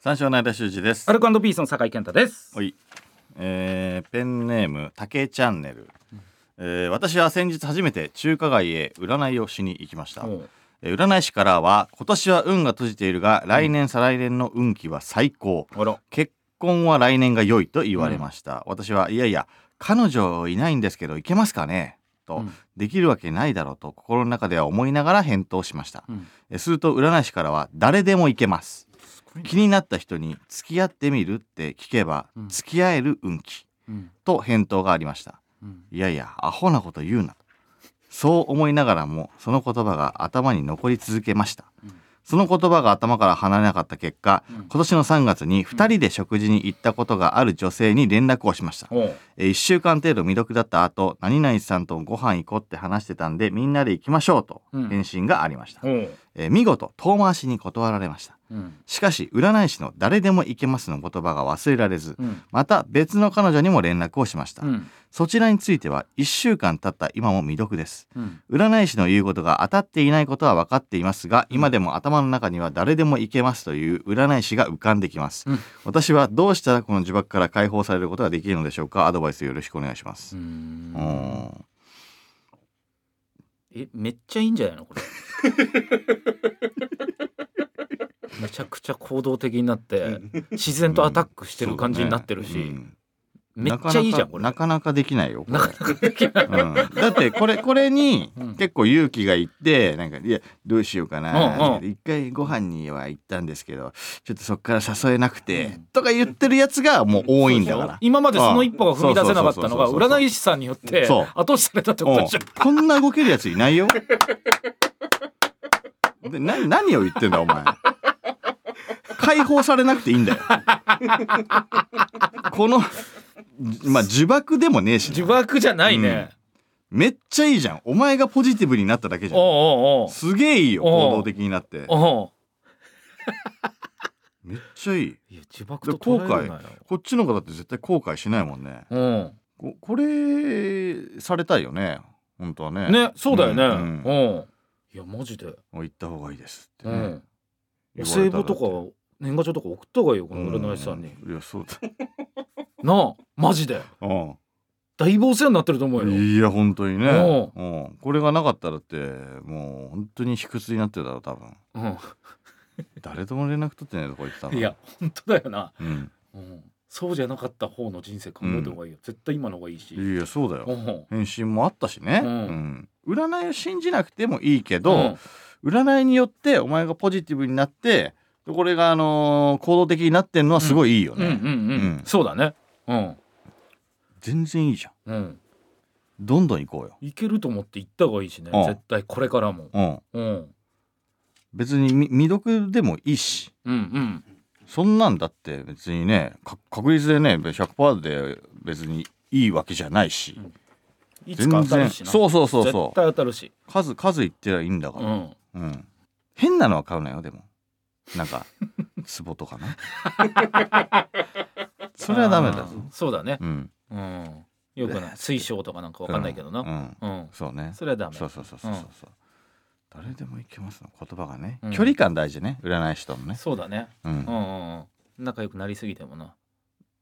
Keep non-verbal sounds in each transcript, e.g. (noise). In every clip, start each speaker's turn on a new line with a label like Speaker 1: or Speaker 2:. Speaker 1: 三照の間修司です
Speaker 2: ア。ルコピースの酒井健太です
Speaker 1: お。い、えーペンネーム竹チャンネル、えー私は先日初めて中華街へ占いをしに行きました。
Speaker 2: おう
Speaker 1: えー占い師からは今年は運が閉じているが来年再来年の運気は最高。
Speaker 2: あら、
Speaker 1: 結婚は来年が良いと言われました、私はいやいや彼女いないんですけど行けますかねと、
Speaker 2: うん
Speaker 1: できるわけないだろうと心の中では思いながら返答しました、
Speaker 2: うん
Speaker 1: えすると占い師からは誰でも行けます
Speaker 2: すごいね
Speaker 1: 気になった人に付き合ってみるって聞けば
Speaker 2: うん
Speaker 1: 付き合える運気
Speaker 2: うん
Speaker 1: と返答がありました
Speaker 2: うん
Speaker 1: いやいやアホなこと言うなそう思いながらもその言葉が頭に残り続けました、
Speaker 2: うん
Speaker 1: その言葉が頭から離れなかった結果、
Speaker 2: うん
Speaker 1: 今年の3月に2人で食事に行ったことがある女性に連絡をしました、
Speaker 2: おう
Speaker 1: えー1週間程度未読だった後何々さんとご飯行こうって話してたんでみんなで行きましょうと
Speaker 2: うん
Speaker 1: 返信がありました、
Speaker 2: おう
Speaker 1: えー見事遠回しに断られました
Speaker 2: うん
Speaker 1: しかし占い師の「誰でも行けます」の言葉が忘れられず
Speaker 2: うん
Speaker 1: また別の彼女にも連絡をしました、
Speaker 2: うん
Speaker 1: そちらについては1週間経った今も未読です
Speaker 2: うん
Speaker 1: 占い師の言うことが当たっていないことは分かっていますが今でも頭の中には誰でもいけますという占い師が浮かんできます、
Speaker 2: うん
Speaker 1: 私はどうしたらこの呪縛から解放されることができるのでしょうかアドバイスよろしくお願いします、う
Speaker 2: うん
Speaker 1: ん
Speaker 2: え、めっちゃいいんじゃないのこれ。 (laughs) めちゃくちゃ行動的になって自然とアタックしてる感じになってるし、
Speaker 1: うん
Speaker 2: めっちゃいいじゃんこれ。
Speaker 1: なかなかなかできないよこれ
Speaker 2: なかなかできない。
Speaker 1: うんだってこれこれに
Speaker 2: うん
Speaker 1: 結構勇気がいってなんかいやどうしようか
Speaker 2: うん
Speaker 1: な
Speaker 2: うん
Speaker 1: 一回ご飯には行ったんですけどちょっとそっから誘えなく
Speaker 2: う
Speaker 1: て
Speaker 2: ん
Speaker 1: とか言ってるやつがもう多いんだから
Speaker 2: 今までその一歩が踏み出せなかったの
Speaker 1: そ
Speaker 2: が
Speaker 1: うそうそうそうそう
Speaker 2: 占い師さんによって
Speaker 1: そう
Speaker 2: 後押しされたってことでしょ。
Speaker 1: うんこんな動けるやついないよ。でな何を言ってんだお前。解放されなくていい
Speaker 2: (laughs)
Speaker 1: んだよ。このじまあ呪縛でもねえし
Speaker 2: 呪
Speaker 1: な
Speaker 2: 縛じゃないね。
Speaker 1: めっちゃいいじゃん。お前がポジティブになっただけじゃん。
Speaker 2: おうおう
Speaker 1: すげえいいよ
Speaker 2: おう
Speaker 1: 行動的になって
Speaker 2: おうおう。
Speaker 1: めっちゃいい。
Speaker 2: いや自爆
Speaker 1: で後
Speaker 2: と捉え
Speaker 1: 悔
Speaker 2: るなよ。
Speaker 1: こっちの方だって絶対後悔しないもんね。
Speaker 2: うん。
Speaker 1: ここれされたいよね本当はね。
Speaker 2: ね、そうだよね。
Speaker 1: う
Speaker 2: うんん。いやマジで。
Speaker 1: もう行った方がいいですって
Speaker 2: う
Speaker 1: ね。
Speaker 2: ん。お
Speaker 1: 言わ
Speaker 2: 歳
Speaker 1: れたら
Speaker 2: 暮とか年賀状とか送った方がいいよこの占い師さんに。
Speaker 1: うんいやそうだ。
Speaker 2: なあマジで。
Speaker 1: うん。
Speaker 2: 大暴走になってると思うよ。
Speaker 1: いや本当にね
Speaker 2: お
Speaker 1: うんこれがなかったらってもう本当に卑屈になってたろ多分
Speaker 2: う
Speaker 1: 誰とも連絡取ってないとこ行ってたの
Speaker 2: ん。いや本当だよな。
Speaker 1: うん
Speaker 2: うん。そうじゃなかった方の人生考えた方がいいよ。絶対今の方がいいし。
Speaker 1: いやそうだ
Speaker 2: う
Speaker 1: よ
Speaker 2: ん。
Speaker 1: 返信もあったしね
Speaker 2: う
Speaker 1: うん
Speaker 2: ん
Speaker 1: 占いを信じなくてもいいけど占いによってお前がポジティブになってでこれがあのー行動的になってんのはすごいいいよ
Speaker 2: うんうんう
Speaker 1: ねうん
Speaker 2: ん。そうだね。うん。
Speaker 1: 全然いいじゃん
Speaker 2: うん。
Speaker 1: どんどん行こうよ
Speaker 2: いけると思って行った方がいいしね
Speaker 1: うん。
Speaker 2: 絶対これからも。
Speaker 1: うん
Speaker 2: うん。
Speaker 1: 別にみ未読でもいいし
Speaker 2: うん
Speaker 1: そんなんだって別にねか確率でね100%で別にいいわけじゃないし
Speaker 2: うんうん。いつか当たるしな。
Speaker 1: そうそうそう
Speaker 2: 絶
Speaker 1: そう
Speaker 2: 対当たるし。
Speaker 1: 数数言ってりゃいいんだか
Speaker 2: う
Speaker 1: ら、
Speaker 2: ん。
Speaker 1: うん変なのは買うなよでもなんか (laughs) 壺とかな
Speaker 2: (laughs)
Speaker 1: それはダメだ
Speaker 2: あ
Speaker 1: ぞ
Speaker 2: ーそうだね。
Speaker 1: うん
Speaker 2: うん。よくない。水晶とかなんかわかんないけど
Speaker 1: う
Speaker 2: な。
Speaker 1: ん
Speaker 2: うん。
Speaker 1: そうね
Speaker 2: それはダメ
Speaker 1: そ。うそうそうそうそう
Speaker 2: うん
Speaker 1: そう誰でもいけますの言葉がね、
Speaker 2: うん
Speaker 1: 距離感大事ね占い師とのね、
Speaker 2: そうだね。
Speaker 1: うん
Speaker 2: うんうんうん。仲良くなりすぎてもな。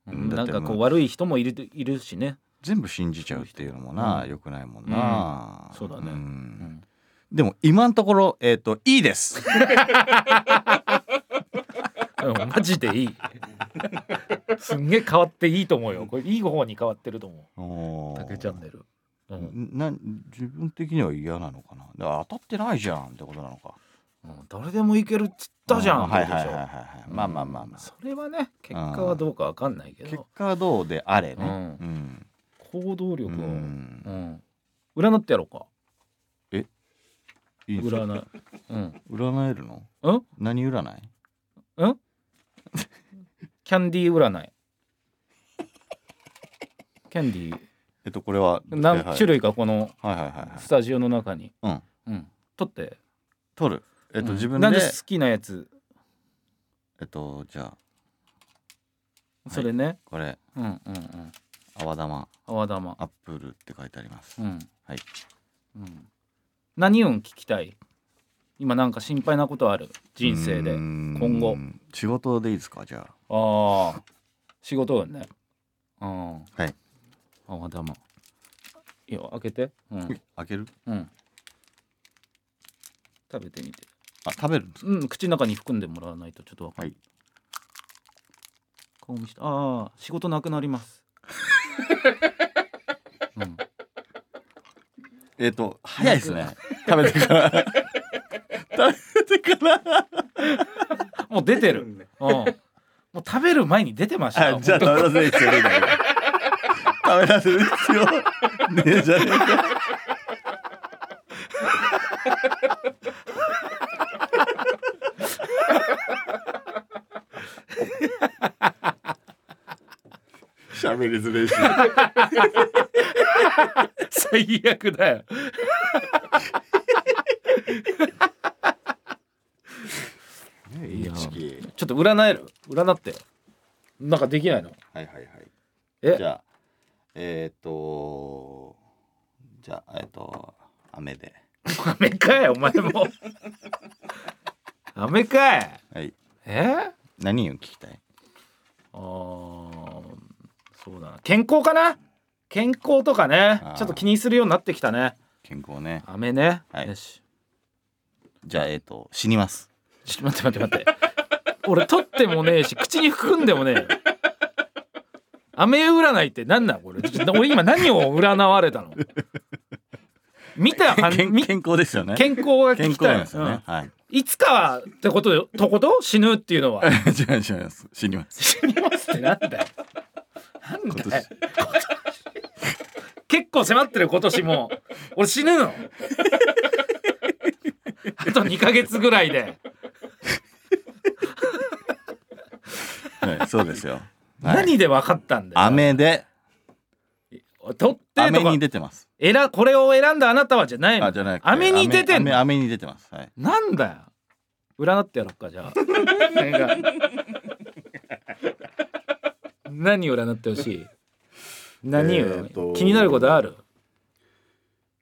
Speaker 2: う
Speaker 1: うん
Speaker 2: ん、
Speaker 1: だ
Speaker 2: な
Speaker 1: っ
Speaker 2: ん
Speaker 1: て
Speaker 2: かこ
Speaker 1: も
Speaker 2: う
Speaker 1: う
Speaker 2: 悪い人もいるいるしね。
Speaker 1: 全部信じちゃうっていうのもな、
Speaker 2: うん
Speaker 1: 良くないもんな、
Speaker 2: うんそうだね
Speaker 1: ん
Speaker 2: うん、
Speaker 1: でも今のところえっ、といいです
Speaker 2: (laughs) うんマジでい
Speaker 1: (laughs)
Speaker 2: い。すんげえ変わっていいと思うよ。これいい方に変わってると思
Speaker 1: お
Speaker 2: う。
Speaker 1: ー
Speaker 2: 竹チャンネル。うん、
Speaker 1: な自分的には嫌なのかなだから当たってないじゃんってことなのか
Speaker 2: うん誰でもいけるっつったじゃ。
Speaker 1: うんはいはいはい
Speaker 2: ど
Speaker 1: はい
Speaker 2: うでしょ
Speaker 1: はいうまあまあまあま
Speaker 2: それはね、結果はどうかわかんないけ
Speaker 1: あ結
Speaker 2: ど、
Speaker 1: 果はどうであれね
Speaker 2: うん
Speaker 1: うん
Speaker 2: 行動力を、う、
Speaker 1: うんん
Speaker 2: 占ってやろうか。
Speaker 1: いいんですか (laughs)
Speaker 2: 占い。うん。
Speaker 1: 占えるの
Speaker 2: うん？
Speaker 1: 何占い
Speaker 2: うん？キャンディー占い。キャンディー。
Speaker 1: えっとこれは
Speaker 2: 何種
Speaker 1: 類
Speaker 2: 類かこの
Speaker 1: はいはいはいはい
Speaker 2: スタジオの中に、
Speaker 1: うん
Speaker 2: うん、取って、
Speaker 1: 取るえっ
Speaker 2: う
Speaker 1: と
Speaker 2: ん
Speaker 1: 自分
Speaker 2: なん
Speaker 1: で
Speaker 2: で好きなやつ
Speaker 1: えっとじゃあい
Speaker 2: それね、
Speaker 1: これ
Speaker 2: うんうんうん
Speaker 1: 泡玉
Speaker 2: 泡玉
Speaker 1: アップルって書いてあります
Speaker 2: うん
Speaker 1: はい
Speaker 2: うん何音聞きたい今なんか心配なことある人生で
Speaker 1: うーん
Speaker 2: 今後
Speaker 1: 仕事でいいですかじゃあ
Speaker 2: ああ仕事よねうん
Speaker 1: はい
Speaker 2: あ頭いや開けてうん、
Speaker 1: 開ける
Speaker 2: うん、食べてみて
Speaker 1: あ食べるんですか
Speaker 2: うん口の中に含んでもらわないとちょっとわかんない、
Speaker 1: はい
Speaker 2: 顔見してああ仕事なくなります、うん、
Speaker 1: えっ、と早いですね食べて (laughs) から食べてから
Speaker 2: もう出て
Speaker 1: (laughs)
Speaker 2: る、うん、もう食べる前に出てましたよ
Speaker 1: あじゃあ食べさせる必要ねえだ (laughs) ろ食べさせる必要ねえじゃねえか喋りづれえし
Speaker 2: 最悪だよ。
Speaker 1: いいチキ
Speaker 2: ちょっと占える占って。なんかできないの
Speaker 1: はいはいはい
Speaker 2: え
Speaker 1: じゃあえっ、とじゃあえっ、と雨で
Speaker 2: 雨かいお前も。雨かい
Speaker 1: はい
Speaker 2: え
Speaker 1: 何を聞きたい
Speaker 2: あーそうだな。健康かな健康とかね
Speaker 1: あー。
Speaker 2: ちょっと気にするようになってきたね。
Speaker 1: 健康ね
Speaker 2: 雨ね。
Speaker 1: はい
Speaker 2: よし。
Speaker 1: じゃあえっ、と死にます
Speaker 2: ちょっと待って待って待って。俺取ってもねえし口に含んでもねえよ。雨占いって何なんこれちょっと俺今何を占われたの見た
Speaker 1: (laughs)
Speaker 2: はん
Speaker 1: 健
Speaker 2: 見
Speaker 1: 健康ですよね
Speaker 2: 健康が
Speaker 1: 健
Speaker 2: 聞き
Speaker 1: 康な
Speaker 2: た
Speaker 1: ん
Speaker 2: い
Speaker 1: ですよね、はい
Speaker 2: うんいつかはってことよとこと死ぬっていうの
Speaker 1: (laughs)
Speaker 2: は
Speaker 1: 違う違います死にます
Speaker 2: 死にますってなんだよなんだよ結構迫ってる今年もう俺死ぬ
Speaker 1: (laughs)
Speaker 2: のあと2ヶ月ぐらいで、
Speaker 1: (laughs) はいそうですよはい
Speaker 2: 何で分かったんだよ
Speaker 1: 雨で
Speaker 2: 取ってと
Speaker 1: 雨
Speaker 2: か
Speaker 1: に出てます
Speaker 2: えらこれを選んだあなたはじゃないの
Speaker 1: あじゃなくて
Speaker 2: 雨に出てん
Speaker 1: 雨
Speaker 2: の
Speaker 1: 雨雨に出てますはい
Speaker 2: なんだよ占ってやろっかじゃあなんか何占ってほしい何を、
Speaker 1: えーと
Speaker 2: 気になることある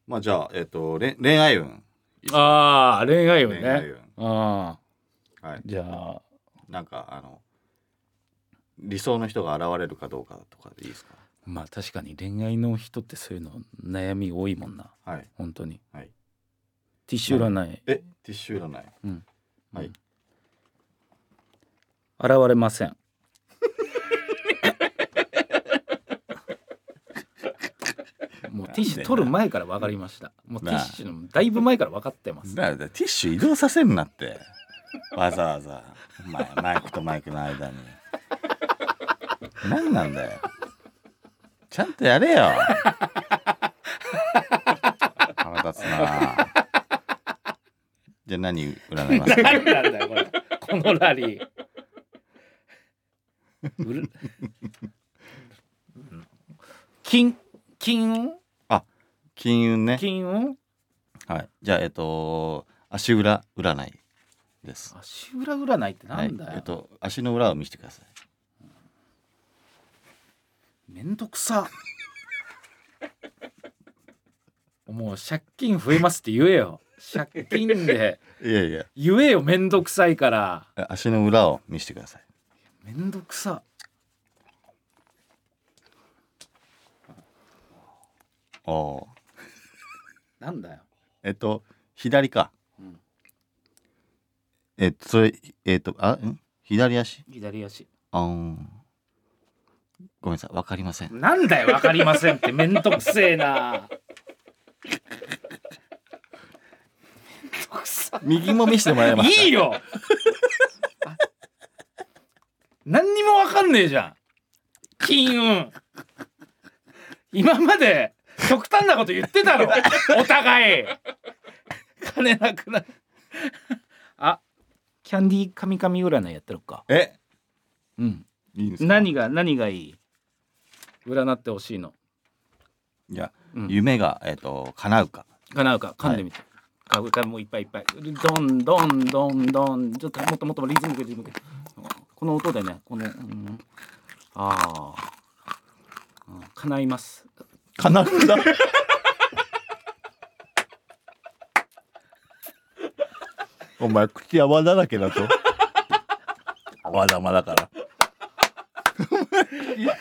Speaker 1: まあじゃあえっ、とれ恋愛運
Speaker 2: ああ恋愛運
Speaker 1: 恋愛
Speaker 2: ね
Speaker 1: 運
Speaker 2: ああ、
Speaker 1: はい
Speaker 2: じゃあ
Speaker 1: なんかあの理想の人が現れるかどうかとかでいいですか
Speaker 2: まあ確かに恋愛の人ってそういうの悩み多いもんな
Speaker 1: はい
Speaker 2: 本当に、
Speaker 1: はい
Speaker 2: ティッシュ占い、
Speaker 1: えティッシュ占い
Speaker 2: うん
Speaker 1: はい、
Speaker 2: 現れません (laughs) もうティッシュ取る前から分かりましたもうティッシュのだいぶ前から分かってます
Speaker 1: だからティッシュ移動させんなってわざわざお前マイクとマイクの間に何なんだよちゃんとやれよ腹立つなじゃあ何占いますか
Speaker 2: (laughs) 何 (laughs) なんだよこれこのラリーうる金金運
Speaker 1: 金運ね
Speaker 2: 金運
Speaker 1: はいじゃあえっと足裏占いです
Speaker 2: 足裏占いってなんだよ、
Speaker 1: はい、えっと足の裏を見せてください
Speaker 2: めんどくさもう借金増えますって言えよ借金で
Speaker 1: いやいや
Speaker 2: 言えよめんどくさいから
Speaker 1: 足の裏を見せてください
Speaker 2: めんどくさ
Speaker 1: おおー
Speaker 2: なんだよ
Speaker 1: えっと左か、
Speaker 2: うん
Speaker 1: えっとそれえっとあん左足
Speaker 2: 左足
Speaker 1: あんごめんなさいわかりません
Speaker 2: なんだよわかりませんってめんどくせえなめんどくさ
Speaker 1: 右も見せてもらえます
Speaker 2: いいよあ何にもわかんねえじゃん金運今まで極端なこと言ってたろお互い金なくなあキャンディーカミカミ占いやってるか
Speaker 1: え
Speaker 2: うん
Speaker 1: いいんですか
Speaker 2: 何が何がいい占ってほしいの、
Speaker 1: いや
Speaker 2: うん、
Speaker 1: 夢がえっと叶うか
Speaker 2: 叶うか噛んでみて、かかもういっぱいいっぱいどんどんどんどんちょっともっともっとリズムリズムこの音でねこの、うん、ああ、うん、叶います
Speaker 1: 叶うんだお前口泡だらけだと泡玉だ (laughs) から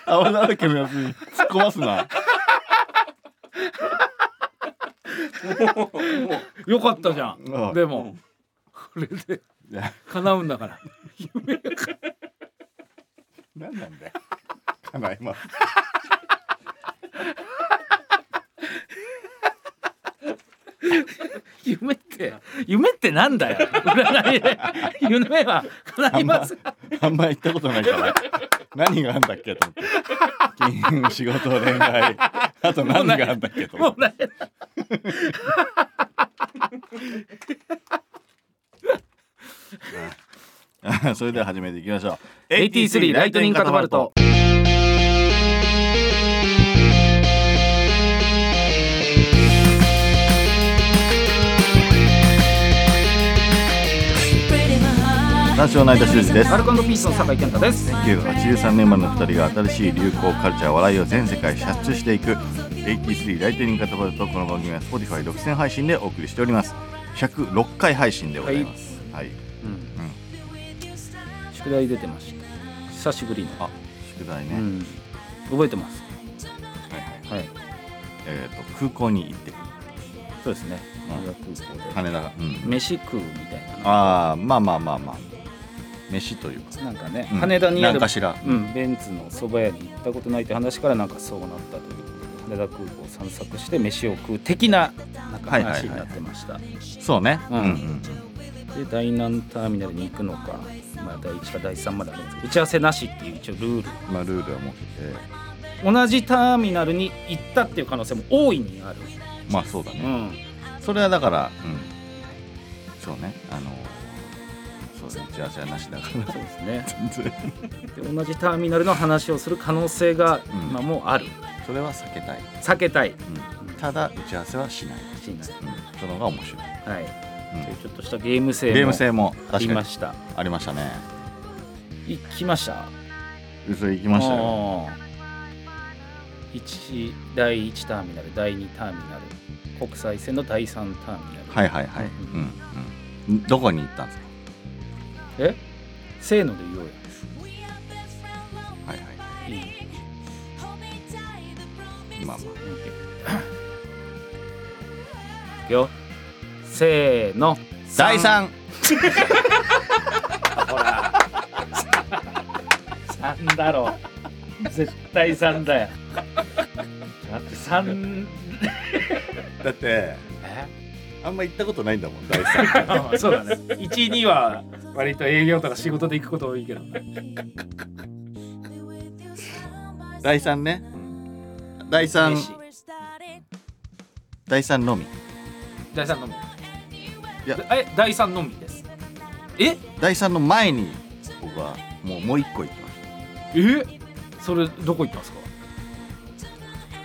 Speaker 1: 泡だらけのやつに突っ込ます (laughs) な
Speaker 2: よかったじゃ
Speaker 1: うん
Speaker 2: ん。でも、これで
Speaker 1: いや
Speaker 2: 叶うんだから。
Speaker 1: 何なんだよ叶います
Speaker 2: (laughs) 夢って、夢ってなんだよ。占いで。夢は叶います。
Speaker 1: あんま行ったことないから何があんだっけと思って金運仕事恋愛あと何があんだっけと思
Speaker 2: も
Speaker 1: っ
Speaker 2: うない。
Speaker 1: てそれでは始めていきましょう
Speaker 2: 83ライトニングカタパルト
Speaker 1: ナショナルナイトシューズです
Speaker 2: アルコピースの酒井健太です。
Speaker 1: 1983年生まれの2人が新しい流行カルチャー笑いを全世界に射出していく83ライトニングカタパルトこの番組は Spotify 独占配信でお送りしております106回配信でございますはい、
Speaker 2: 宿題出てました。久しぶりの。
Speaker 1: 宿題
Speaker 2: う
Speaker 1: ね、
Speaker 2: ん。覚えてます。
Speaker 1: はいはい
Speaker 2: はい。
Speaker 1: えっ、と空港に行ってくる
Speaker 2: そうですね。
Speaker 1: うん
Speaker 2: 羽田空港で。
Speaker 1: 羽田が、うん、
Speaker 2: 飯食うみたいな。
Speaker 1: ああまあまあまあまあ飯というか
Speaker 2: なんかね、
Speaker 1: うん
Speaker 2: 羽田にあ
Speaker 1: な
Speaker 2: る
Speaker 1: んかしら
Speaker 2: うん、ベンツの蕎麦屋に行ったことないって話からなんかそうなったという羽田空港を散策して飯を食う的ななんか
Speaker 1: はいはいはい
Speaker 2: 話になってました、
Speaker 1: そうね、
Speaker 2: うん
Speaker 1: うん
Speaker 2: で第何ターミナルに行くのか、まあ、第1か第3まであるんですけど打ち合わせなしっていう一応ルール
Speaker 1: うん、まあルールは設け
Speaker 2: 同じターミナルに行ったっていう可能性も大いにある、
Speaker 1: てまあそうだね、
Speaker 2: うん、
Speaker 1: それはだから、うん、そうねあのそうだね打ち合わせはなしだから
Speaker 2: そうですね
Speaker 1: 全然
Speaker 2: で同じターミナルの話をする可能性が
Speaker 1: うん
Speaker 2: 今もうある
Speaker 1: それは避けたい、
Speaker 2: 避けたい
Speaker 1: うん、ただ打ち合わせはしない、
Speaker 2: しない
Speaker 1: うん、その方が面白い、
Speaker 2: はい、
Speaker 1: うん
Speaker 2: というちょっとしたゲーム性
Speaker 1: ゲーム
Speaker 2: も
Speaker 1: 性も
Speaker 2: あ
Speaker 1: 確
Speaker 2: り
Speaker 1: か
Speaker 2: ま
Speaker 1: に
Speaker 2: した
Speaker 1: ありましたね
Speaker 2: 行きました
Speaker 1: それ行きましたよ
Speaker 2: あー一第1ターミナル第2ターミナル国際線の第3ターミナル、
Speaker 1: はいはいはい、
Speaker 2: う
Speaker 1: うんうん、どこに行ったんですか
Speaker 2: えせーので言おうよ
Speaker 1: はいはい
Speaker 2: いい
Speaker 1: まあま
Speaker 2: うん (coughs) いくよせー
Speaker 1: あ
Speaker 2: の
Speaker 1: 第
Speaker 2: 三
Speaker 1: 3
Speaker 2: 三だろ絶対3だよだって3
Speaker 1: だって
Speaker 2: え
Speaker 1: あんま行ったことないんだもん第3
Speaker 2: あ (laughs) そうだね12は割と営業とか仕事で行くこと多いけど
Speaker 1: 第3ね第
Speaker 2: 飯
Speaker 1: 3第3のみ
Speaker 2: 第3のみ
Speaker 1: いや
Speaker 2: え第3のみですえ
Speaker 1: 第3の前に僕はもうもう1個行きまし
Speaker 2: えそれどこ行ったんですか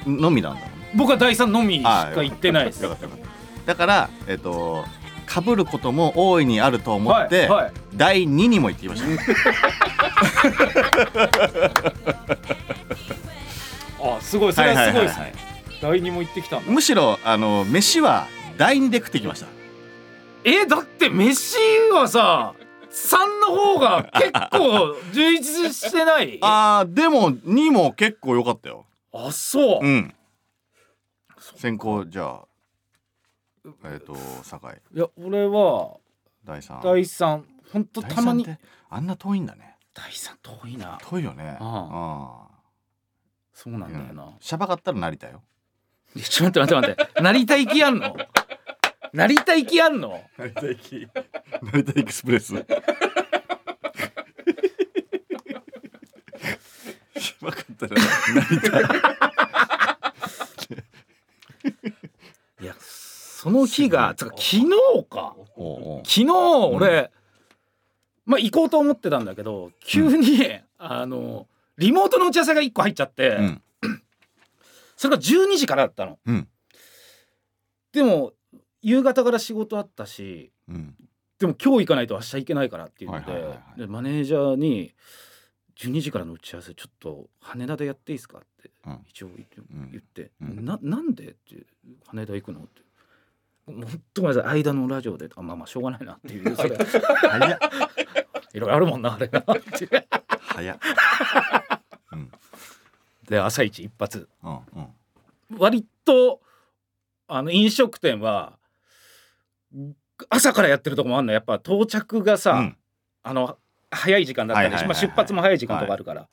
Speaker 1: たのみなんだもんね
Speaker 2: 僕は第三のみし
Speaker 1: あ
Speaker 2: か
Speaker 1: あ
Speaker 2: 行ってないです
Speaker 1: よかったよかっただからえっ、とかぶることも大いにあると思って、
Speaker 2: はいはい
Speaker 1: 第2にも行ってきました
Speaker 2: (laughs) あすごいそれはすごいです
Speaker 1: はいはい
Speaker 2: ね第二も行ってきたんだ
Speaker 1: むしろあの飯は第2で食ってきました
Speaker 2: えだって飯はさ三の方が結構充実して (laughs) ない
Speaker 1: あーでも2も結構良かったよ
Speaker 2: あそううん
Speaker 1: 先行じゃあえっ、と酒井
Speaker 2: いや俺は
Speaker 1: 第3
Speaker 2: 第三ほんとたまに
Speaker 1: 第三ってあんな遠いんだね
Speaker 2: 第三遠いな
Speaker 1: 遠いよね
Speaker 2: あそう
Speaker 1: あ
Speaker 2: な
Speaker 1: あ
Speaker 2: んだよな
Speaker 1: しゃばかったら成田よ
Speaker 2: いやちょっと待って待って待ってなりたい気あんのなりたい気あんの
Speaker 1: 成田行き (laughs) 成田エクスプレ
Speaker 2: (laughs)
Speaker 1: スしばかったら成田
Speaker 2: いやその日がつうか昨日か
Speaker 1: おうおう
Speaker 2: 昨日俺、まあ行こうと思ってたんだけど急に、あのリモートの打ち合わせが1個入っちゃって、
Speaker 1: うん
Speaker 2: それが12時からだったの
Speaker 1: うん
Speaker 2: でも夕方から仕事あったし
Speaker 1: うん
Speaker 2: でも今日行かないと明日行けないからっていうので,、
Speaker 1: はいはいはいはい
Speaker 2: でマネージャーに「12時からの打ち合わせちょっと羽田でやっていいですか?」って
Speaker 1: うん
Speaker 2: 一応言って
Speaker 1: うん
Speaker 2: 言って「
Speaker 1: うん
Speaker 2: ななんで?」って「羽田行くの?」って「もうほんとごめんなさい間のラジオであまあまあしょうがないなって
Speaker 1: (laughs)
Speaker 2: いうそれ
Speaker 1: 早っ
Speaker 2: いろいろあるもんなあれなっていう
Speaker 1: 早っうん
Speaker 2: で朝一一発
Speaker 1: うんうん
Speaker 2: 割とあの飲食店は朝からやってるとこもあるのやっぱ到着がさ、
Speaker 1: うん
Speaker 2: あの早い時間だったり、
Speaker 1: はいはいはい
Speaker 2: ま
Speaker 1: は
Speaker 2: あ、
Speaker 1: い
Speaker 2: 出発も早い時間とかあるから、だ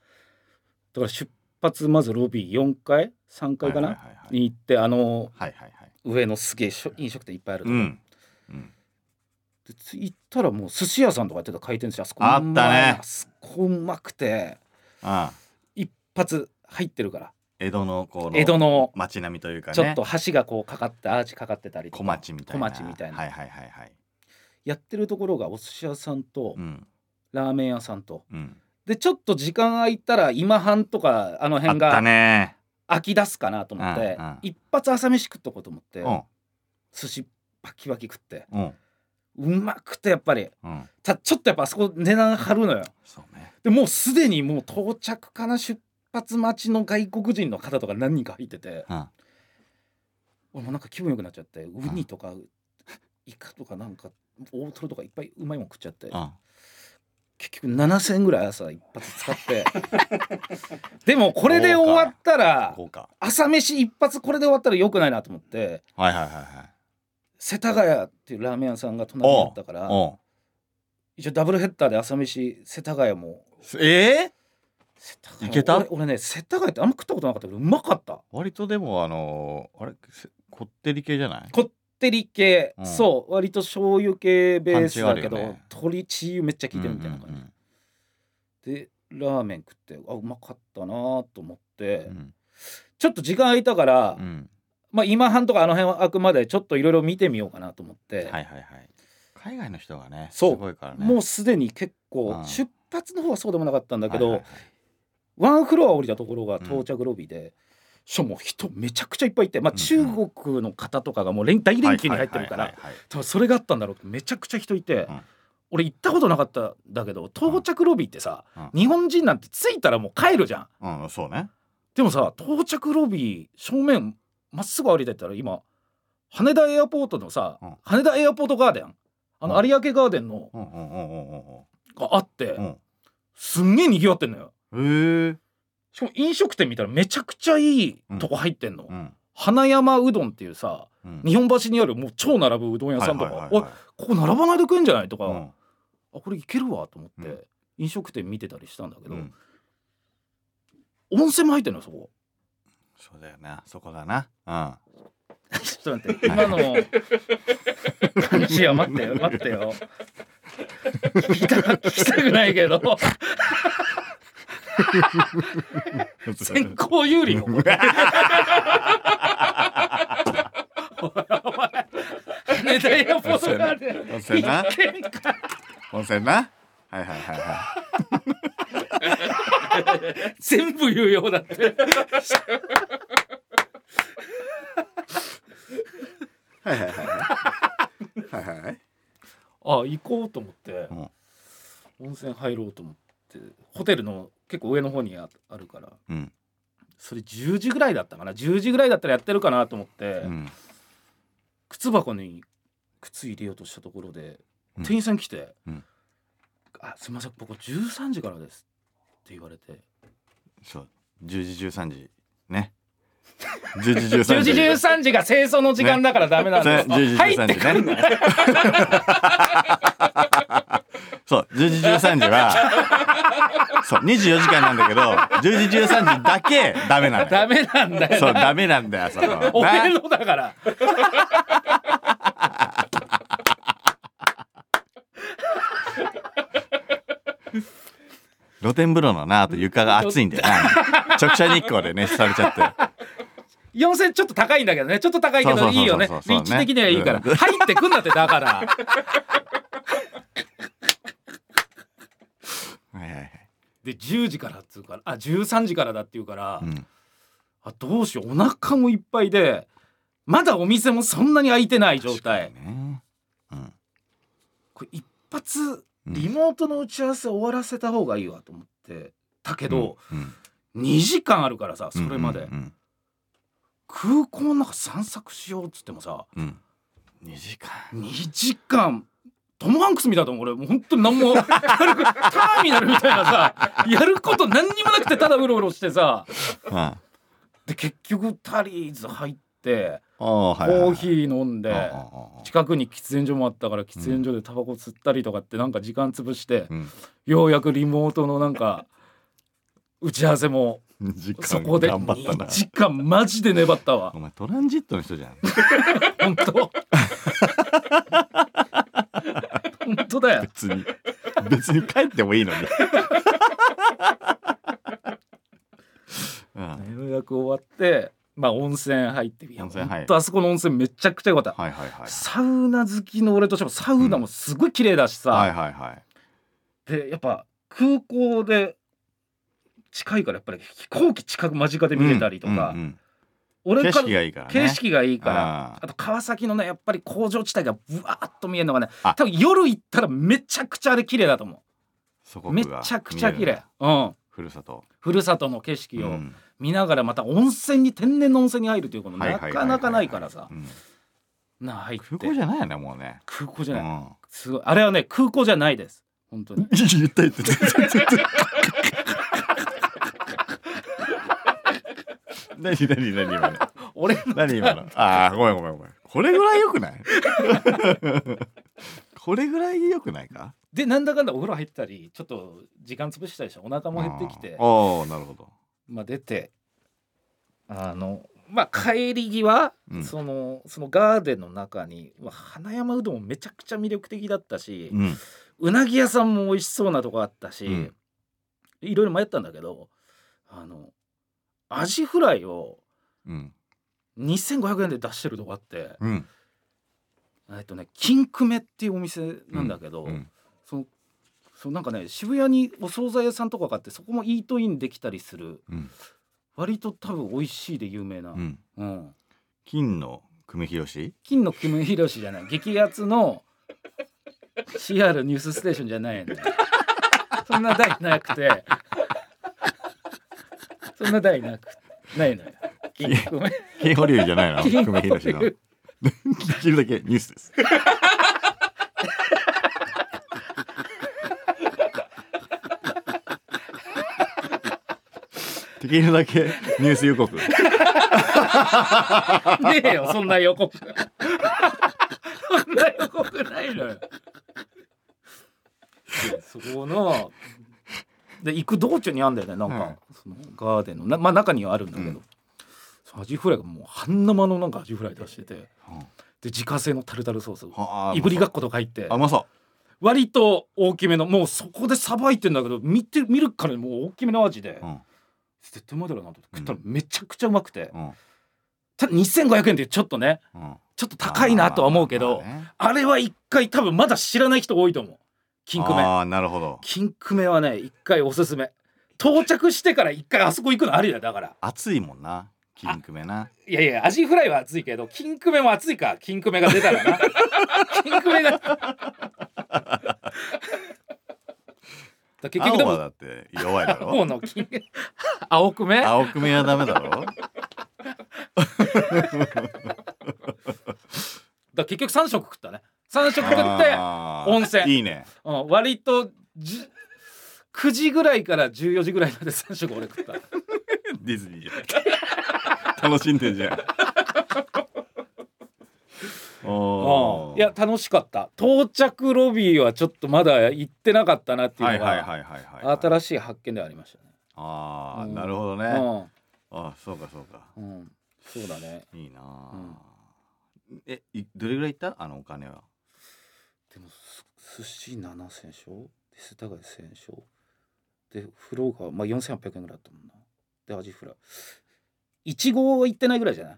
Speaker 2: から出発まずロビー4階3階かな、
Speaker 1: はいはいはいはい
Speaker 2: に行ってあの
Speaker 1: はいはいはい
Speaker 2: 上のすげえしょ飲食店いっぱいあると
Speaker 1: う
Speaker 2: こ、
Speaker 1: んうん
Speaker 2: でつ行ったらもう寿司屋さんとかやってた回転寿司あそこ
Speaker 1: あったね
Speaker 2: うまいあそこうまくて
Speaker 1: ああ
Speaker 2: 一発入ってるから
Speaker 1: 江戸のこの
Speaker 2: 江戸の
Speaker 1: 街並みというかね
Speaker 2: ちょっと橋がこうかかってアーチかかってたりとか
Speaker 1: 小町みたいな
Speaker 2: 小町みたいな
Speaker 1: はいはいはいはい
Speaker 2: やってるところがお寿司屋さんと
Speaker 1: うん
Speaker 2: ラーメン屋さんと
Speaker 1: うん
Speaker 2: でちょっと時間空いたら今半とかあの
Speaker 1: あっ
Speaker 2: 辺
Speaker 1: た
Speaker 2: が
Speaker 1: ね
Speaker 2: 空き出すかなと思って
Speaker 1: うんうん
Speaker 2: 一発朝飯食っとこうと思っ
Speaker 1: う
Speaker 2: て
Speaker 1: ん
Speaker 2: 寿司バキバキ食って
Speaker 1: うん
Speaker 2: うまくてやっぱり
Speaker 1: うん
Speaker 2: たちょっとやっぱあそこ値段張るのよ
Speaker 1: そうね
Speaker 2: でもうすでにもう到着かな出発待ちの外国人の方とか何人か入ってて
Speaker 1: うん
Speaker 2: 俺もうなんか気分良くなっちゃってウニとかイカとかなんか大トロとかいっぱいうまいもん食っちゃって
Speaker 1: うん
Speaker 2: 結局7000円ぐらい朝一発使って (laughs) でもこれで終わったら
Speaker 1: 豪華
Speaker 2: 朝飯一発これで終わったらよくないなと思って
Speaker 1: はいはいはいはい
Speaker 2: 世田谷っていうラーメン屋さんが隣にあったから
Speaker 1: うん
Speaker 2: 一応ダブルヘッダーで朝飯世田谷も
Speaker 1: ええ
Speaker 2: 世田谷
Speaker 1: いけた
Speaker 2: 俺俺ね世田谷ってあんま食ったことなかったけどうまかった
Speaker 1: 割とでもあのーあれせこってり系じゃない
Speaker 2: こってり系、
Speaker 1: うん
Speaker 2: そう割と醤油系ベースだけ
Speaker 1: パン
Speaker 2: ど、
Speaker 1: チがあるよね
Speaker 2: 鶏チー油めっちゃ効いてるみたいな感
Speaker 1: う
Speaker 2: じ、
Speaker 1: んうん
Speaker 2: でラーメン食ってあうまかったなと思って、
Speaker 1: うん
Speaker 2: ちょっと時間空いたから、
Speaker 1: うん
Speaker 2: まあ今半とかあの辺はあくまでちょっといろいろ見てみようかなと思って、
Speaker 1: はいはいはい海外の人がねす
Speaker 2: そう
Speaker 1: ごいからね
Speaker 2: もうすでに結構、
Speaker 1: うん
Speaker 2: 出発の方はそうでもなかったんだけど、
Speaker 1: はいはいはい
Speaker 2: ワンフロア降りたところが
Speaker 1: うん
Speaker 2: 到着ロビーで、しかも人めちゃくちゃいっぱいいて、まあ、
Speaker 1: うん
Speaker 2: 中国の方とかがもう連大連休に入ってるから、
Speaker 1: はいはいはいはい
Speaker 2: 多分それがあったんだろうけどめちゃくちゃ人いて、
Speaker 1: うん
Speaker 2: 俺行ったことなかったんだけど到着ロビーってさ、
Speaker 1: うん
Speaker 2: 日本人なんて着いたらもう帰るじゃん。
Speaker 1: うん、そうね。
Speaker 2: でもさ到着ロビー正面まっすぐ歩いてったら今羽田エアポートのさ、
Speaker 1: うん
Speaker 2: 羽田エアポートガーデンあの
Speaker 1: うん
Speaker 2: 有明ガーデンの
Speaker 1: うんうんうんうんうん
Speaker 2: があって、
Speaker 1: うん。
Speaker 2: すんげえにぎわってんのよ
Speaker 1: うん。へえ。
Speaker 2: しかも飲食店見たらめちゃくちゃいいとこ入ってんの、
Speaker 1: うん。
Speaker 2: 花山うどんっていうさ
Speaker 1: うん
Speaker 2: 日本橋にあるもう超並ぶうどん屋さんと
Speaker 1: は
Speaker 2: か、
Speaker 1: いはい
Speaker 2: おい
Speaker 1: はいはい
Speaker 2: ここ並ばないで食えんじゃないとか、
Speaker 1: う
Speaker 2: あ
Speaker 1: ん
Speaker 2: これいけるわと思って、
Speaker 1: うん
Speaker 2: 飲食店見てたりしたんだけど、
Speaker 1: うん。
Speaker 2: 温泉も入ってんのよ
Speaker 1: (laughs)
Speaker 2: そこ
Speaker 1: そうだよな。そこだな。うん。
Speaker 2: ちょっと待って今の話は待っ
Speaker 1: (laughs)
Speaker 2: てよ待ってよ聞きた聞きたくないけど先行有
Speaker 1: (laughs)
Speaker 2: 利よこれおいお前羽田エアポートガーデン
Speaker 1: 温泉な。
Speaker 2: 一軒か
Speaker 1: 温泉な。はいはいはいは
Speaker 2: 全部言うようだって
Speaker 1: い。はいはいはいはい。はいはい。
Speaker 2: あ行こうと思って
Speaker 1: うん。
Speaker 2: 温泉入ろうと思ってホテルの結構上の方にああるから
Speaker 1: うん。
Speaker 2: それ10時ぐらいだったかな10時ぐらいだったらやってるかなと思って、
Speaker 1: うん。
Speaker 2: 靴箱に靴入れようとしたところで、
Speaker 1: うん
Speaker 2: 店員さん来て「
Speaker 1: うん
Speaker 2: あすみませんここ13時からです」って言われて
Speaker 1: そう。十時十三時。ね。十時十
Speaker 2: 10
Speaker 1: 三
Speaker 2: 時
Speaker 1: 時。
Speaker 2: 13時が清掃の時間だからダメなんです、
Speaker 1: ね10時
Speaker 2: 入ってくるのよ
Speaker 1: そう、10時13時は、そう、24時間なんだけど、10時13時だけダメなんだ
Speaker 2: ダ
Speaker 1: よ。
Speaker 2: メなんだ
Speaker 1: そう、
Speaker 2: よ
Speaker 1: ダメなんだよ、そこ。な
Speaker 2: 俺のだから
Speaker 1: 露天風呂のなあと床が熱いんだよな。直射日光でね、されちゃって。
Speaker 2: 4000ちょっと高いんだけどねちょっと高いけ
Speaker 1: そうそ
Speaker 2: ど
Speaker 1: うそうそう
Speaker 2: いいよね
Speaker 1: そうそうそう
Speaker 2: 立地的にはいいから
Speaker 1: うん
Speaker 2: 入ってくんなってだから
Speaker 1: はいはいはい。
Speaker 2: で10時からっつうからあ13時からだっていうから、
Speaker 1: うん。
Speaker 2: あどうしようお腹もいっぱいでまだお店もそんなに開いてない状態
Speaker 1: 確かにね。うん。
Speaker 2: これ一発
Speaker 1: うん
Speaker 2: リモートの打ち合わせ終わらせた方がいいわと思ってたけど、
Speaker 1: うん、
Speaker 2: 2時間あるからさそれまで、
Speaker 1: うん。
Speaker 2: 空港の中散策しようっつってもさ
Speaker 1: うん。 2時間
Speaker 2: 2時間トム・ハンクスみたいだと思う俺もう本当に何もやるターミナルみたいなさやること何にもなくてただうろうろしてさ
Speaker 1: あ
Speaker 2: で結局タリーズ入って
Speaker 1: ああ
Speaker 2: コ
Speaker 1: はいはい
Speaker 2: ー
Speaker 1: はい
Speaker 2: ヒー飲んで、
Speaker 1: ああああ
Speaker 2: 近くに喫煙所もあったから喫煙所でタバコ吸ったりとかってなんか時間潰して、
Speaker 1: うん
Speaker 2: ようやくリモートのなんか打ち合わせも
Speaker 1: 2時間
Speaker 2: そこで
Speaker 1: 頑張ったな
Speaker 2: 2時間マジで粘ったわ
Speaker 1: お前トランジットの人じゃん
Speaker 2: 本
Speaker 1: (laughs)
Speaker 2: 当本当だよ
Speaker 1: 別に別に帰ってもいいのにうん
Speaker 2: ようやく終わってまあ温泉入っていや
Speaker 1: 温泉入る
Speaker 2: ほんとあそこの温泉めちゃくちゃ良かった、
Speaker 1: はいはいはい
Speaker 2: サウナ好きの俺としてもサウナもすごい綺麗だしさ、
Speaker 1: はいはいはい
Speaker 3: でやっぱ空港で近いからやっぱり飛行機近く間近で見れたりとか、
Speaker 1: うんうんうん
Speaker 3: 俺
Speaker 1: 景
Speaker 3: か
Speaker 1: 色がいいからね
Speaker 3: 景色がいいから
Speaker 1: あ
Speaker 2: あと川崎のねやっぱり工場地帯がぶわーっと見えるのがね
Speaker 1: あ
Speaker 2: 多分夜行ったらめちゃくちゃあれ綺麗だと思
Speaker 1: そうこ
Speaker 2: めちゃくちゃ綺麗うん
Speaker 1: ふるさと
Speaker 2: ふるさとの景色
Speaker 1: う
Speaker 2: を
Speaker 1: ん
Speaker 2: 見ながらまた温泉に天然の温泉に入るということ
Speaker 1: はいは
Speaker 2: な
Speaker 1: は
Speaker 2: い
Speaker 1: いはい
Speaker 2: かなかないからさ
Speaker 1: うん
Speaker 2: な入って
Speaker 1: 空港じゃないよねもうね
Speaker 2: 空港じ
Speaker 1: う
Speaker 2: ゃ
Speaker 1: ん
Speaker 2: ないすごいあれはね空港じゃないです本当に
Speaker 1: 言った言った言った言った何何何今の
Speaker 2: 俺の
Speaker 1: 何今のああごめんごめんごめんこれぐらい良くないこれぐらい良くないか
Speaker 2: でなんだかんだお風呂入ったりちょっと時間潰したりしてお腹も減ってきて
Speaker 1: あーあーなるほど
Speaker 2: まあ出てあのまあ帰り際、
Speaker 1: うん
Speaker 2: そのそのガーデンの中に、まあ、花山うどんもめちゃくちゃ魅力的だったし、う
Speaker 1: うん
Speaker 2: なぎ屋さんも美味しそうなとこあったし、
Speaker 1: うん
Speaker 2: いろいろ迷ったんだけどあのアジフライを
Speaker 1: うん
Speaker 2: 2500円で出してるとこあって、
Speaker 1: うん
Speaker 2: えっとね金久めっていうお店なんだけど、
Speaker 1: うん
Speaker 2: そのそうなんかね渋谷にお惣菜屋さんとかがあってそこもイートインできたりする
Speaker 1: うん
Speaker 2: 割と多分美味しいで有名な、
Speaker 1: うん
Speaker 2: うん、
Speaker 1: 金の久米宏
Speaker 2: 金のキムヒロシじゃない激アツの CR ニュースステーションじゃないのよそんな台なくてそんな台なくないのよ金の久米
Speaker 1: 金保留じゃないの
Speaker 2: 金
Speaker 1: 久米宏の
Speaker 2: 保留
Speaker 1: 聞けるだけニュースですできるだけニュース予告
Speaker 2: ねえよそんな予告そんな予告ないのよでそこので行く道中にあんだよねなんか、
Speaker 1: はい
Speaker 2: そのガーデンのなまあ中にはあるんだけど、
Speaker 1: うん
Speaker 2: そのアジフライがもう半生のなんかアジフライ出しててで
Speaker 1: は
Speaker 2: 自家製のタルタルソース
Speaker 1: あ
Speaker 2: いぶりがっことか入って
Speaker 1: あうまそ
Speaker 2: 割と大きめのもうそこでさばいてんだけど見て見るからにもう大きめのアジで、
Speaker 1: ううん
Speaker 2: 絶対うまいだろうなと思って食ったらめちゃくちゃうまくて、
Speaker 1: うん
Speaker 2: ただ2500円ってちょっとね
Speaker 1: うん
Speaker 2: ちょっと高いなとは思うけ
Speaker 1: まあ
Speaker 2: ど、
Speaker 1: まあまあね
Speaker 2: あれは一回多分まだ知らない人多いと思う。金久め。
Speaker 1: ああなるほど
Speaker 2: 金久めはね、一回おすすめ。到着してから一回あそこ行くのありだよだから。
Speaker 1: 熱いもんな金久米ない
Speaker 2: やいや、アジフライは熱いけど、金久めも熱いか、金久めが出た
Speaker 1: (laughs)
Speaker 2: らな。金久めが。だから結局で
Speaker 1: 青は
Speaker 2: も、
Speaker 1: だって弱いだろ
Speaker 2: 青の金、青久め
Speaker 1: 青組はダメだろ
Speaker 2: だ結局3食食ったね。3食食って、
Speaker 1: あー
Speaker 2: 温泉
Speaker 1: いいね
Speaker 2: うん、割とじ9時ぐらいから14時ぐらいまで3食俺食った。
Speaker 1: ディズニーじゃん (laughs) 楽しんでんじ
Speaker 2: (laughs)
Speaker 1: ゃんお
Speaker 2: う
Speaker 1: ー
Speaker 2: んいや楽しかった到着ロビーはちょっとまだ行ってなかったなっていう
Speaker 1: は
Speaker 2: の
Speaker 1: いはいは
Speaker 2: が
Speaker 1: いはいはい、
Speaker 2: 新しい発見ではありまし
Speaker 1: ああ、
Speaker 2: うん
Speaker 1: なるほどね、
Speaker 2: たね、
Speaker 1: あそうかそうか
Speaker 2: うんうん、そうだね
Speaker 1: いいなあ、えいどれぐらいいったあのお金は
Speaker 2: でもす寿司7000円でしょで世田谷1000円でしょでフローが、まあ、4800円ぐらいだったもんなでアジフライいちご行ってないぐらいじゃない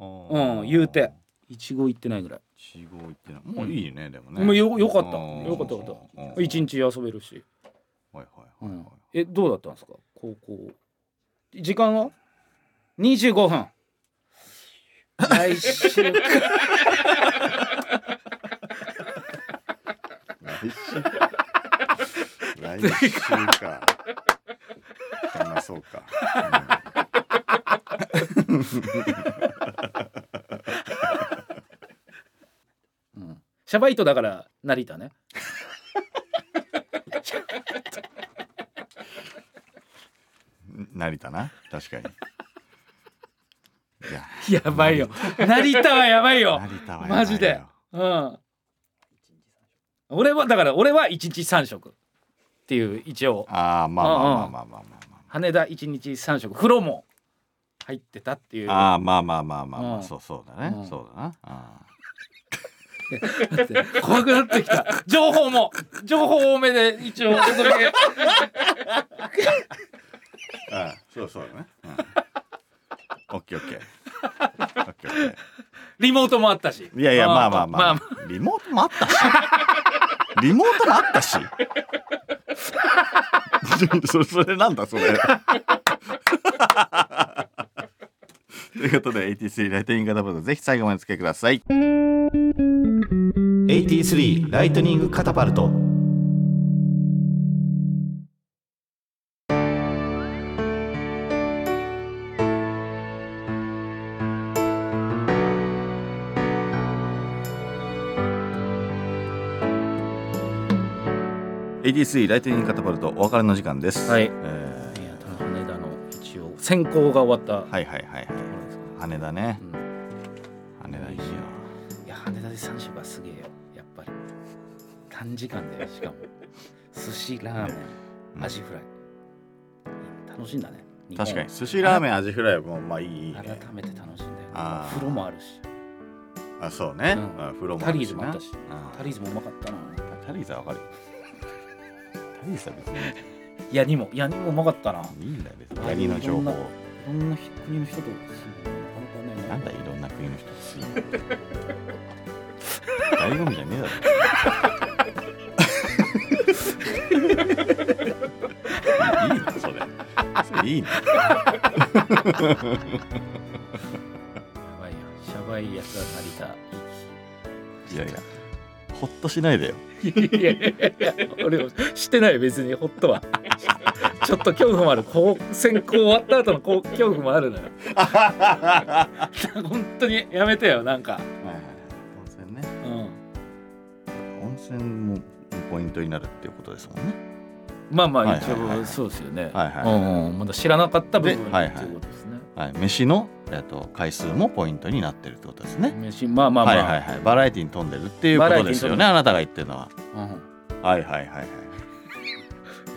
Speaker 2: うん言うていちご行ってないぐらい
Speaker 1: ちご行ってないもういいねでもね
Speaker 2: もうよよかった
Speaker 1: うん
Speaker 2: よかったよか
Speaker 1: うん
Speaker 2: った一日遊べるし、
Speaker 1: はいはい
Speaker 2: う
Speaker 1: はい
Speaker 2: ん
Speaker 1: は、
Speaker 2: えどうだったんですか高校時間は25分
Speaker 1: (laughs)
Speaker 2: 来週か
Speaker 1: い、来週か来週
Speaker 2: (laughs)
Speaker 1: かあそうか、
Speaker 2: シャバイトだから成田ね
Speaker 1: 成田な確かにいや
Speaker 2: やばいよ成田はやばいよ
Speaker 1: 成田はやばいよ
Speaker 2: マジでうん俺はだから俺は1日3食っていう一応
Speaker 1: ああまあまあまあまあまあまあま
Speaker 2: 羽田1日3食風呂も入ってたっていう
Speaker 1: あああまあまあまあまあま
Speaker 2: う
Speaker 1: あ
Speaker 2: ん
Speaker 1: そうそうだね
Speaker 2: うん
Speaker 1: そうだなあ
Speaker 2: だって怖くなってきた情報も情報多めで一応お届
Speaker 1: (laughs)
Speaker 2: け
Speaker 1: ーあーそうそうだねうん (laughs) オッケーオッケーオッケーオッケ
Speaker 2: リモートもあったし
Speaker 1: ーいやいや
Speaker 2: うん
Speaker 1: まあまあまあ
Speaker 2: ま
Speaker 1: リモートもあったしリモートもあった (laughs) しそれそれなんだそれということで AT3 ライトニングカタパルトぜひ最後までお付き合いください AT3 ライトニングカタパルト83ライトニングカタパルトお別れの時間です。
Speaker 2: はい
Speaker 1: え
Speaker 2: いや多分羽田の一応選考が終わっ
Speaker 1: ー
Speaker 2: た
Speaker 1: はいはいはいはい。羽田ね
Speaker 2: う。ん
Speaker 1: 羽田いいよ。
Speaker 2: いや羽田で3食はすげえよやっぱり短時間でしかも寿司ラーメ
Speaker 1: うん
Speaker 2: ンアジフライ楽しいんだね日本
Speaker 1: 確かに寿司ラーメン味フライもまあいいいいね。
Speaker 2: 改めて楽しいんだよね
Speaker 1: あー
Speaker 2: 風呂もあるし
Speaker 1: あそうね。
Speaker 2: うん
Speaker 1: あ風呂も
Speaker 2: タ
Speaker 1: あ
Speaker 2: リ
Speaker 1: る
Speaker 2: ーズ
Speaker 1: し
Speaker 2: もあっ
Speaker 1: な
Speaker 2: たし。タリーズもうまかったな
Speaker 1: あタリーズはわかる。タリーズは別に
Speaker 2: ヤニもヤニもうまかったない
Speaker 1: いんだよ別に。ヤニの情報
Speaker 2: いろんな国の人と住むのなかなかね
Speaker 1: なんだいろんな国の人とすい。醍醐味じゃねえだろ。いいのそれ。それいいの。
Speaker 2: やばいやシャバいやつは成田
Speaker 1: いやいや。ほっとしないでよ。
Speaker 2: いやいやいや俺もしてない別にホットは (laughs) ちょっと恐怖もあるこう選考終わった後のこう恐怖もあるのよ本当にやめてよなんか
Speaker 1: はいはいはい。温泉ね。
Speaker 2: うん
Speaker 1: 温泉もポイントになるっていうことですもんね。
Speaker 2: まあま
Speaker 1: は
Speaker 2: あ
Speaker 1: い
Speaker 2: 一
Speaker 1: はいはい
Speaker 2: 応そうですよね、
Speaker 1: はいはい
Speaker 2: うんうんまだ知らなかった部分
Speaker 1: ではいはい
Speaker 2: ということですね、
Speaker 1: はい、飯の、えっと、回数もポイントになってるってことですね。
Speaker 2: 飯まあまあま
Speaker 1: は
Speaker 2: あ、
Speaker 1: いはいはい、バラエティに富んでるっていうことですよ
Speaker 2: バ
Speaker 1: ね。あなたが言ってるのは。
Speaker 2: うん
Speaker 1: はいはいはいはい。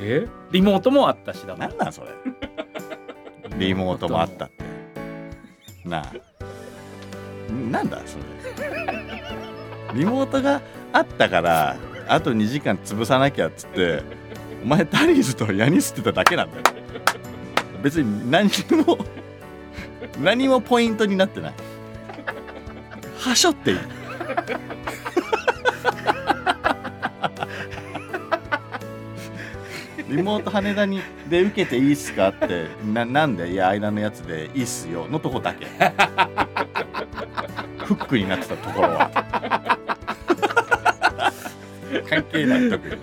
Speaker 2: えリモートもあったしだか
Speaker 1: なん
Speaker 2: ら (laughs)
Speaker 1: なんそれ。リモートもあったって。なあ。なんだそれ。リモートがあったから、あと2時間潰さなきゃっつって、お前タリーズとヤニスってただけなんだよ。別に何にも、何もポイントになってない。はしょっていい。リモート羽田にで受けていいっすかってななんでいや間のやつでいいっすよのとこだけ (laughs) フックになってたところは関係ない (laughs) 特に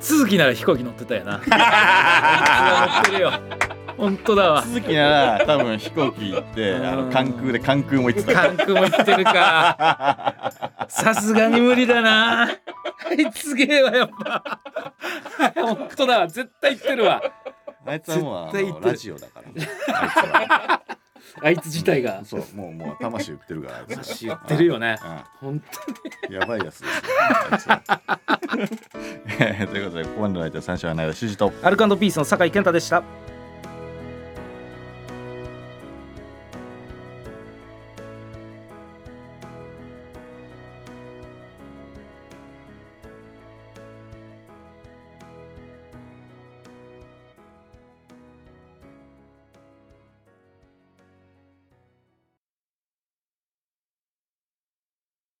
Speaker 2: 続きなら飛行機乗ってた
Speaker 1: (laughs)
Speaker 2: よな乗ってるよ本当だわ
Speaker 1: 続きなら多分飛行機行ってあの関空で関空も行ってた
Speaker 2: 関空も行ってるかさすがに無理だなあいつげえわやっぱ本当だわ絶対行ってるわ
Speaker 1: あいつはもうあ
Speaker 2: 絶対行
Speaker 1: の
Speaker 2: ってる
Speaker 1: ラジオだからあ
Speaker 2: あいつ自体が
Speaker 1: いつはそうもうもう魂売ってるからあいつは
Speaker 2: 知ってるよね
Speaker 1: うん
Speaker 2: 本
Speaker 1: やばいやつですよ。 (laughs) ということで、ここまでの相手は三章はないだ、主人と。
Speaker 2: 当アルカンドピースの酒井健太でした